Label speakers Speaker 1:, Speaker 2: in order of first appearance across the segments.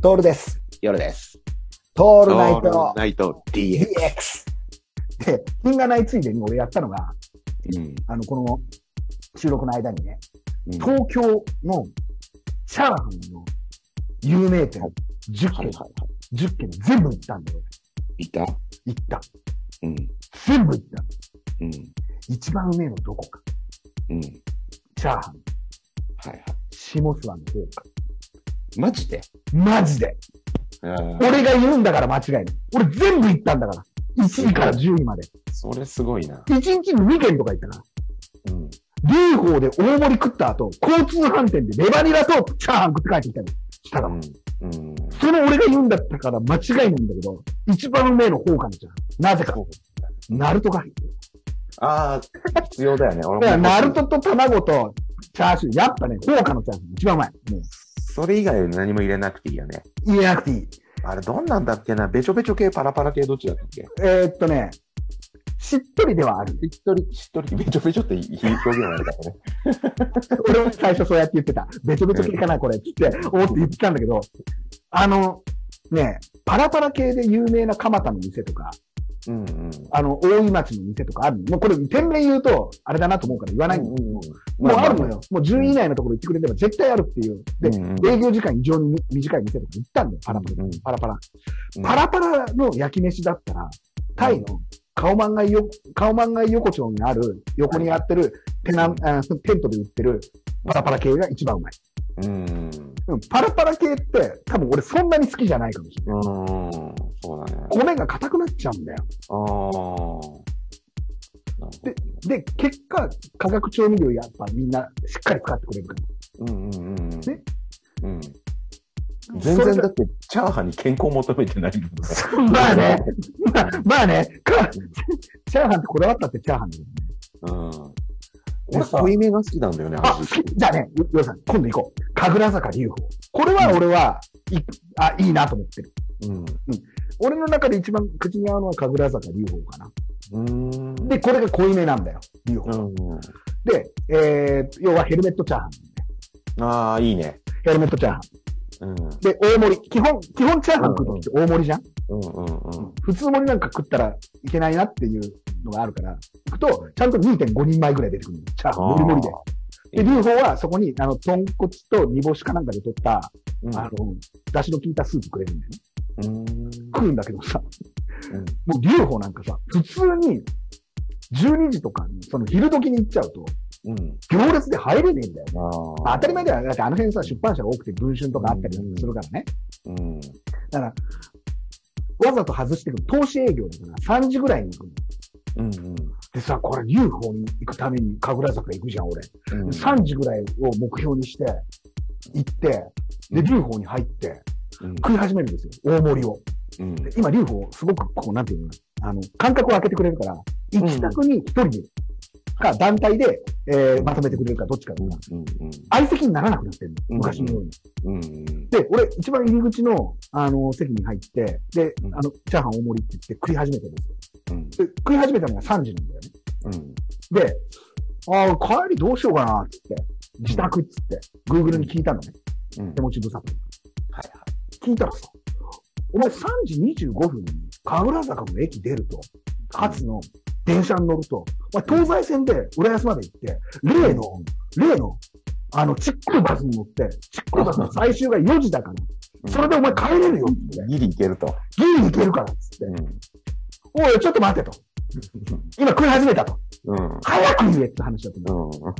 Speaker 1: トールです。
Speaker 2: 夜です。
Speaker 1: ト
Speaker 2: オ
Speaker 1: ールナイト
Speaker 2: ナイト DX。
Speaker 1: DX。で、金がないついでに俺やったのが、
Speaker 2: うん。
Speaker 1: あの、この収録の間にね、
Speaker 2: うん
Speaker 1: 東京のチャーハンの有名店、10
Speaker 2: はいはい
Speaker 1: 軒、
Speaker 2: はい。
Speaker 1: 10軒全部行ったんだよ。
Speaker 2: いた
Speaker 1: 行った。
Speaker 2: うん。
Speaker 1: 全部行った。
Speaker 2: うん。
Speaker 1: 一番うめえのどこか。
Speaker 2: うん。はい
Speaker 1: チャーハン、
Speaker 2: はい。
Speaker 1: 下諏訪の方か。
Speaker 2: マジで
Speaker 1: マジで。
Speaker 2: ああ。
Speaker 1: 俺が言うんだから間違いない。俺全部行ったんだから。1位から10位まで。
Speaker 2: それすごいな。
Speaker 1: 1日に2軒とか行ったから。
Speaker 2: うん。
Speaker 1: 劉邦で大盛り食った後、交通飯店でレバニラとチャーハン食って帰ってきたりしたから。
Speaker 2: うん。うん。
Speaker 1: その俺が言うんだったから間違いないんだけど、一番うめえの方かなちゃん。なぜか。ナルトが入ってる。
Speaker 2: ああ、必要だよね。
Speaker 1: だから、
Speaker 2: 俺も。
Speaker 1: ナルトと卵とチャーシュー。やっぱね、ほうかのチャーシュー一番うまい。も
Speaker 2: それ以外は何も入れなくていいよね。
Speaker 1: う、入れなくていい。
Speaker 2: あれ、どんなんだっけなべちょべちょ系、パラパラ系、どっちだったっけ
Speaker 1: えー、っとね、しっとりではある。
Speaker 2: しっとり、しっとり、べちょべちょっていい表現なんだからね。
Speaker 1: 俺も最初そうやって言ってた。べちょべちょ系かな、これ。つって、おーって言ってたんだけど、あの、ね、パラパラ系で有名な蒲田の店とか、
Speaker 2: うんうん。
Speaker 1: あの、大井町の店とかあるの。もうこれ、店名言うと、あれだなと思うから言わないんだけど、もうあるのよ。もう10位以内のところ行ってくれれば絶対あるっていう。で、
Speaker 2: うんうん
Speaker 1: 営業時間異常に短い店とか行ったんだよ、パラパラ。
Speaker 2: うん
Speaker 1: パラパラ。
Speaker 2: うん
Speaker 1: パラパラの焼き飯だったら、タイの顔漫画よ、顔漫画横丁にある、横にやってる、テナン、あテントで売ってる、パラパラ系が一番うまい。
Speaker 2: うん。
Speaker 1: うん、パラパラ系って、多分俺そんなに好きじゃないかもしれない。
Speaker 2: うん。そうだね。
Speaker 1: 米が硬くなっちゃうんだよ。
Speaker 2: ああ。
Speaker 1: でで、結果、化学調味料やっぱみんなしっかり使ってくれるから。
Speaker 2: うんうんうんうん。
Speaker 1: ね
Speaker 2: うん。全然だって、チャーハンに健康求めてないもんね。
Speaker 1: それがまあね、まあまあね、かチャーハンってこだわったってチャーハンだよね。
Speaker 2: うん。
Speaker 1: 俺
Speaker 2: 俺、
Speaker 1: さ
Speaker 2: 濃いめが好きなんだよね、
Speaker 1: あ、好
Speaker 2: 味。
Speaker 1: き。じゃあね、よよさん、今度行こう。神楽坂流峰。これは俺は、いあ、いいなと思ってる。
Speaker 2: うん。
Speaker 1: 俺の中で一番口に合うのは神楽坂流峰かな。
Speaker 2: うーん。
Speaker 1: で、これが濃いめなんだよ。流
Speaker 2: う
Speaker 1: 峰。
Speaker 2: ん。
Speaker 1: で、えー、要はヘルメットチャーハン。
Speaker 2: ああ、いいね。
Speaker 1: ヘルメットチャーハン。
Speaker 2: うん。
Speaker 1: で、大盛り。基本、基本チャーハン食うときって大盛りじゃん、
Speaker 2: うんうんうん。
Speaker 1: 普通盛りなんか食ったらいけないなっていうのがあるから、行くと、ちゃんと2.5人前ぐらい出てくるのチャーハン、
Speaker 2: あ
Speaker 1: 盛
Speaker 2: ー
Speaker 1: り盛りで。で、龍鳳はそこに、あの、豚骨と煮干しかなんかで取った、
Speaker 2: うん
Speaker 1: あの、出汁の効いたスープくれるんだよね。
Speaker 2: うん。
Speaker 1: 食うんだけどさ、
Speaker 2: うん
Speaker 1: もう龍鳳なんかさ、普通に、12時とかに、その昼時に行っちゃうと、
Speaker 2: うん。
Speaker 1: 行列で入れねえんだよ。
Speaker 2: あ
Speaker 1: まあ
Speaker 2: あ。
Speaker 1: 当たり前だよ。だってあの辺さ、出版社が多くて文春とかあったりするからね。
Speaker 2: うん。
Speaker 1: だから、わざと外してくる。投資営業だから、3時ぐらいに行くの。
Speaker 2: うんうん。
Speaker 1: でさ、これ UFO に行くために神楽坂行くじゃん、俺。
Speaker 2: うん
Speaker 1: 3時ぐらいを目標にして、行って、で、
Speaker 2: うん
Speaker 1: UFO に入って、
Speaker 2: うん
Speaker 1: 食い始めるんですよ、大盛りを。
Speaker 2: うん。
Speaker 1: で今、UFO、すごく、こう、なんていうのあの、間隔を空けてくれるから、一択に一人で、か、団体で、えーまとめてくれるか、どっちかだから
Speaker 2: うんうん
Speaker 1: 相席にならなくなってる
Speaker 2: う
Speaker 1: の、
Speaker 2: ん
Speaker 1: 昔のように。
Speaker 2: うんうん。
Speaker 1: で、俺、一番入り口の、あの、席に入って、で、
Speaker 2: うん
Speaker 1: あの、チャーハン大盛りって言って食い始めたんですよ。
Speaker 2: うん
Speaker 1: で、食い始めたのが3時なんだよね。
Speaker 2: うん。
Speaker 1: で、ああ、帰りどうしようかな、つって、自宅っつって、Google に聞いたのね。
Speaker 2: うん
Speaker 1: 手持ち無沙汰。
Speaker 2: はい
Speaker 1: 聞いたらさ、お前3時25分に神楽坂の駅出ると、かつの電車に乗ると、お前東西線で浦安まで行って、例の、例の、あの、ちっこいバスに乗って、ちっこいバスの最終が4時だから、
Speaker 2: はい。
Speaker 1: それでお前帰れるよ、つって
Speaker 2: うん、ギリいけると。
Speaker 1: ギリ行けるから、つって。おい、ちょっと待ってと。今食い始めたと。
Speaker 2: うん。うん。
Speaker 1: 早く言えって話だったんだ。
Speaker 2: うん。
Speaker 1: まあ、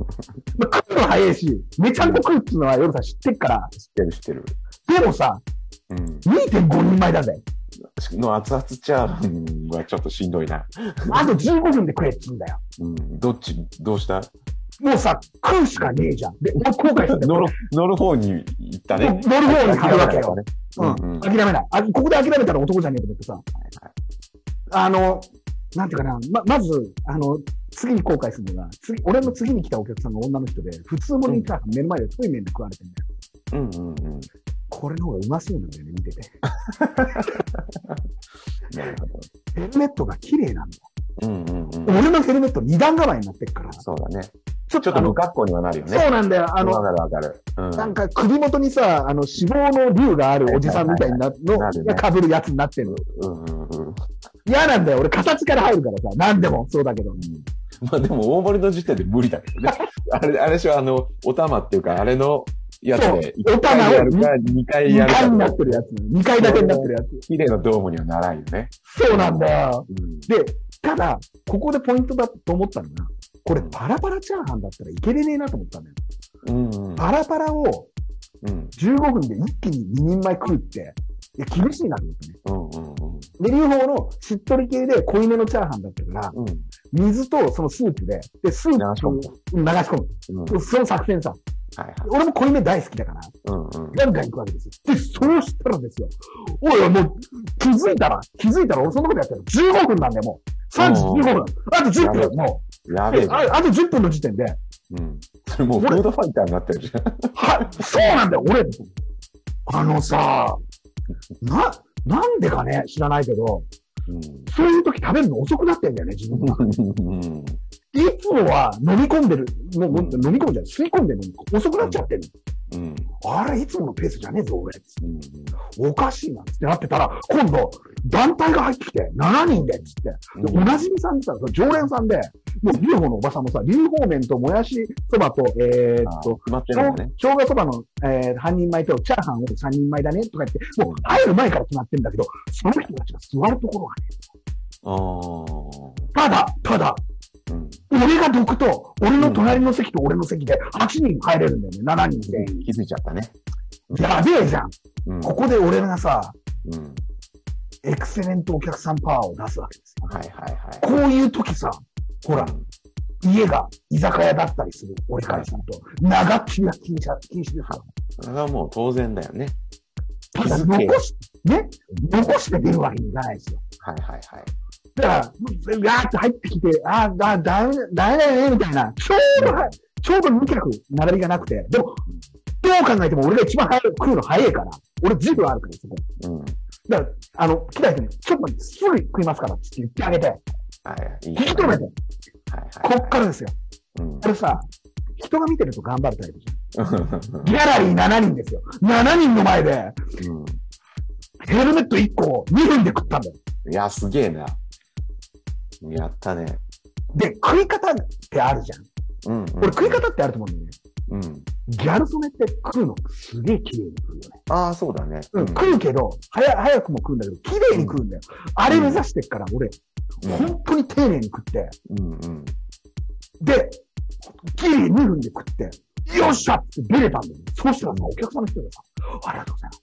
Speaker 1: 食うのは早いし、めちゃんこ食うっつうのは夜さん知ってっから、
Speaker 2: 知ってる知ってる。
Speaker 1: でもさ、
Speaker 2: うん。
Speaker 1: 2.5人前だぜ。
Speaker 2: の熱々チャーハンはちょっとしんどいな。
Speaker 1: あと15分で食えっつうんだよ。
Speaker 2: うん。どっち、どうした
Speaker 1: もうさ、食うしかねえじゃん。で、俺後悔して
Speaker 2: 乗る、乗る方に行ったね。
Speaker 1: 乗る方に行くわけよ。
Speaker 2: う
Speaker 1: うんん。
Speaker 2: うん。
Speaker 1: 諦めない。あ、ここで諦めたら男じゃねえと思ってさ。あの、なんていうかな、ま、まず、あの、次に後悔するのが、次、俺の次に来たお客さんが女の人で、普通盛りにさ、目の前で太い麺で食われてんだよ。
Speaker 2: うんうんうん。
Speaker 1: これの方がうまそうなんだよね、見てて。
Speaker 2: なるほ
Speaker 1: ヘルメットが綺麗なんだ。
Speaker 2: ど。うんうんうん。
Speaker 1: 俺のヘルメット二段構えになってるから、
Speaker 2: そうだね。
Speaker 1: ちょっ
Speaker 2: ちょっと
Speaker 1: あの
Speaker 2: 不格好にはなるよ
Speaker 1: そ
Speaker 2: ね。
Speaker 1: うなんだよ。あ
Speaker 2: あの、
Speaker 1: の、
Speaker 2: わかるわか
Speaker 1: なん
Speaker 2: る。
Speaker 1: か首元にさ、あの、脂肪の竜があるおじさんみたいなの
Speaker 2: はいはいはいはいなるね
Speaker 1: が被るやつになってる。
Speaker 2: うん。うんうんうん。
Speaker 1: 嫌なんだよ。俺、形から入るからさ。何でも、そうだけど。
Speaker 2: まあでも、大盛りの時点で無理だけどね。あれ、あれでしょ、あの、お玉っていうか、あれのやつで、
Speaker 1: そう
Speaker 2: 一回やるか、二回
Speaker 1: 2
Speaker 2: やる
Speaker 1: 回
Speaker 2: か
Speaker 1: にな
Speaker 2: の
Speaker 1: っ、てるやつ。2回だけになってるやつ。
Speaker 2: 綺麗なドームにはならんよね。
Speaker 1: そうなんだよ。
Speaker 2: うん。
Speaker 1: で、ただ、ここでポイントだと思ったのが、これ、パラパラチャーハンだったらいけれねえなと思ったんだよ。
Speaker 2: うんうん。
Speaker 1: パラパラを
Speaker 2: うん。
Speaker 1: 15分で一気に2人前食うって、いや厳しいなと思ってね。
Speaker 2: うんうんうん。
Speaker 1: で、両方のしっとり系で濃いめのチャーハンだったから、
Speaker 2: うん。
Speaker 1: 水とそのスープで、で、スー
Speaker 2: 流し
Speaker 1: プ
Speaker 2: 込
Speaker 1: を
Speaker 2: む
Speaker 1: うん流し込
Speaker 2: うん。はい
Speaker 1: む。その作戦さ。
Speaker 2: はい。
Speaker 1: 俺も濃いめ大好きだから、
Speaker 2: うんうん。
Speaker 1: ガンガン行くわけですよ。で、そうしたらですよ。おいおい、もう、気づいたら、気づいたら俺そんなことやってる。15分なんだよ、もう。3時15分。あと10分、も
Speaker 2: や
Speaker 1: う。
Speaker 2: べえ。
Speaker 1: ああと10分の時点で、
Speaker 2: うん。それもうフードファイターになってるじゃん。
Speaker 1: は、そうなんだよ、俺。あのさ、な、なんでかね、知らないけど、そういう時食べるの遅くなってんだよね、自分が。
Speaker 2: うん。
Speaker 1: いつもは飲み込んでる、の飲
Speaker 2: うん
Speaker 1: み込んじゃう、吸い込んでるのに遅くなっちゃってる。
Speaker 2: うん。
Speaker 1: あれ、いつものペースじゃねえぞ、俺。
Speaker 2: うん。
Speaker 1: おかしいな、つってなってたら、今度、団体が入ってきて、7人で、つって。で、おなじみさんでさ、その常連さんで、もう、龍鳳のおばさんもさ、龍鳳麺ともやしそばと、えーっと、
Speaker 2: 決まって
Speaker 1: 生
Speaker 2: る
Speaker 1: 姜
Speaker 2: んだね。
Speaker 1: 生姜そばの、えー、半人前とチャーハンを3人前だねとか言って、もう会る前から決まってんだけど、その人たちが座るところがね、
Speaker 2: あ
Speaker 1: た
Speaker 2: あ。
Speaker 1: だ、ただ、
Speaker 2: うん。
Speaker 1: 俺がどくと、俺の隣の席と俺の席で8人入れるんだよね、7人全員。
Speaker 2: 気づいちゃったね。
Speaker 1: やべえじゃん。
Speaker 2: うん。
Speaker 1: ここで俺がさ、
Speaker 2: うん。
Speaker 1: エクセレントお客さんパワーを出すわけですよ。
Speaker 2: はいはいはい。
Speaker 1: こういう時さ、ほら、家が居酒屋だったりする、俺からすると。長っきりは禁止だ、禁止ですよ。
Speaker 2: それはもう当然だよね。
Speaker 1: ただ、
Speaker 2: 気づけ
Speaker 1: 残し、ね、残して出るわけにいかないですよ。
Speaker 2: はいはいはい。
Speaker 1: だから、ガーッと入ってきて、ああ、だ、だめ、だめだよね、みたいな。ちょうど、はいちょうど2脚、並びがなくて。でも、どう考えても俺が一番早く食うの早いから。俺10分あるから、そこ。
Speaker 2: うん。
Speaker 1: だから、あの、来た人に、ちょっと待ってすぐ食いますから、って言ってあげて、
Speaker 2: はい。いい。
Speaker 1: 引き止めて、こっかららですよ。
Speaker 2: うん。
Speaker 1: これさ、人が見てると頑張るタイプじゃん。ギャラリー7人ですよ。7人の前で、ヘルメット1個を2分で食ったんだよ。
Speaker 2: いや、すげえな。やったね。
Speaker 1: で、食い方ってあるじゃん。
Speaker 2: うん。
Speaker 1: 俺、食い方ってあると思うんだよね。
Speaker 2: うん。
Speaker 1: ギャル曽根って食うのすげえ綺麗に食うよね。
Speaker 2: ああ、そうだね。
Speaker 1: うん、食うけど、早、早くも食うんだけど、綺麗に食うんだよ。あれ目指してっから、俺、本当に丁寧に食って、
Speaker 2: うんうん。
Speaker 1: で、ギリ2分で食って、よっしゃって出れたんだよ。そうしたらさ、お客さんの人がさ、ありがとうございます。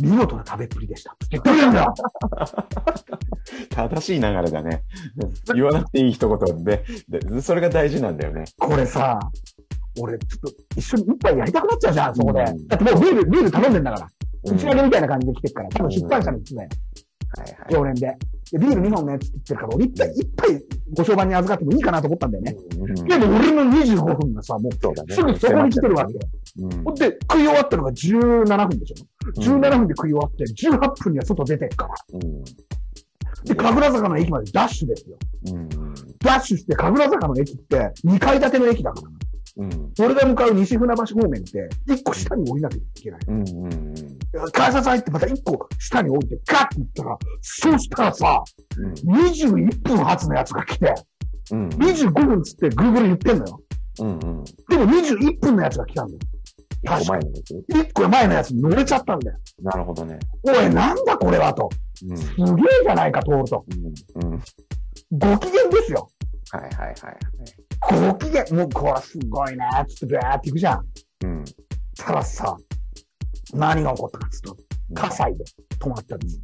Speaker 1: 見事な食べっぷりでした。って言ってくれるんだよ。
Speaker 2: 正しい流れだね。言わなくていい一言で、でそれが大事なんだよね。
Speaker 1: これさ、俺、ちょっと一緒に一杯やりたくなっちゃうじゃん、そこで。
Speaker 2: うん
Speaker 1: だってもうビール、ビール頼んでんだから。
Speaker 2: う
Speaker 1: 打
Speaker 2: ん
Speaker 1: ち上げみたいな感じで来てっから、多分出版社の一つだよ。
Speaker 2: はいはい。
Speaker 1: 常連で。で、ビール2本ねって言ってるから、俺いっぱいいっぱいご商売に預かってもいいかなと思ったんだよね。
Speaker 2: うん
Speaker 1: でも俺の25分がさ、も
Speaker 2: そうだ
Speaker 1: う
Speaker 2: ね。
Speaker 1: すぐそこに来てるわけよ。
Speaker 2: うん。
Speaker 1: ほんで、食い終わったのが17分でしょ
Speaker 2: うん
Speaker 1: ?17 分で食い終わって、18分には外出てっから。
Speaker 2: うん。
Speaker 1: で、神楽坂の駅までダッシュですよ。
Speaker 2: うん。
Speaker 1: ダッシュして、神楽坂の駅って2階建ての駅だから。
Speaker 2: うん。
Speaker 1: 俺が向かう西船橋方面って、1個下に降りなきゃいけない。
Speaker 2: うん。うん。
Speaker 1: 改札入ってまた1個下に降りて、ガッて行ったら、そうしたらさ、
Speaker 2: うん。
Speaker 1: 21分発のやつが来て、
Speaker 2: うん。
Speaker 1: 25分っつって Google 言ってんのよ。
Speaker 2: うん。うん。
Speaker 1: でも21分のやつが来たんだよ。確か
Speaker 2: 前
Speaker 1: に。
Speaker 2: のです
Speaker 1: 1個前のやつに乗れちゃったんだよ。
Speaker 2: なるほどね。
Speaker 1: おい、なんだこれはと。
Speaker 2: うん。
Speaker 1: すげえじゃないか、通ると。
Speaker 2: うん。うん。はい
Speaker 1: ご機嫌ですよ。
Speaker 2: はいはいはい。
Speaker 1: ご機嫌。もう、これすごいな、つって、ガーって行くじゃん。
Speaker 2: うん。
Speaker 1: たださ、何が起こったかっつうと、火災で止まったん です。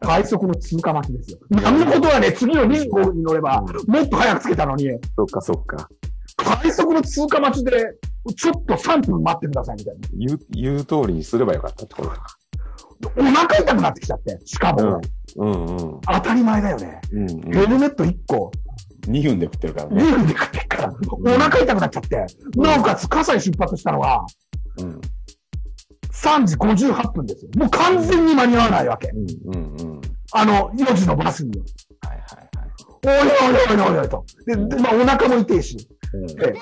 Speaker 1: 快速の通過待ちですよ。なんのことはね、次の25分に乗れば、もっと早くつけたのに、
Speaker 2: そっかそっか。
Speaker 1: 快速の通過待ちで、ちょっと3分待ってくださいみたいな。
Speaker 2: 言う、言う通りにすればよかったってことか。
Speaker 1: お腹痛くなってきちゃって、しかも、
Speaker 2: うんうん。
Speaker 1: 当たり前だよね。
Speaker 2: うんうん。
Speaker 1: ヘルメット1個、
Speaker 2: 2分で食ってるから
Speaker 1: ビ
Speaker 2: ね。
Speaker 1: ールで食ってっから、お腹痛くなっちゃって、なおかつ、火災出発したのは、
Speaker 2: うん。
Speaker 1: 3時58分ですよ。もう完全に間に合わないわけ。
Speaker 2: うんうん。
Speaker 1: あの、4時のバスには。
Speaker 2: はいはいはい。
Speaker 1: おいおいおいおいおいと。で、でまあ、お腹も痛いし、
Speaker 3: うん
Speaker 2: で、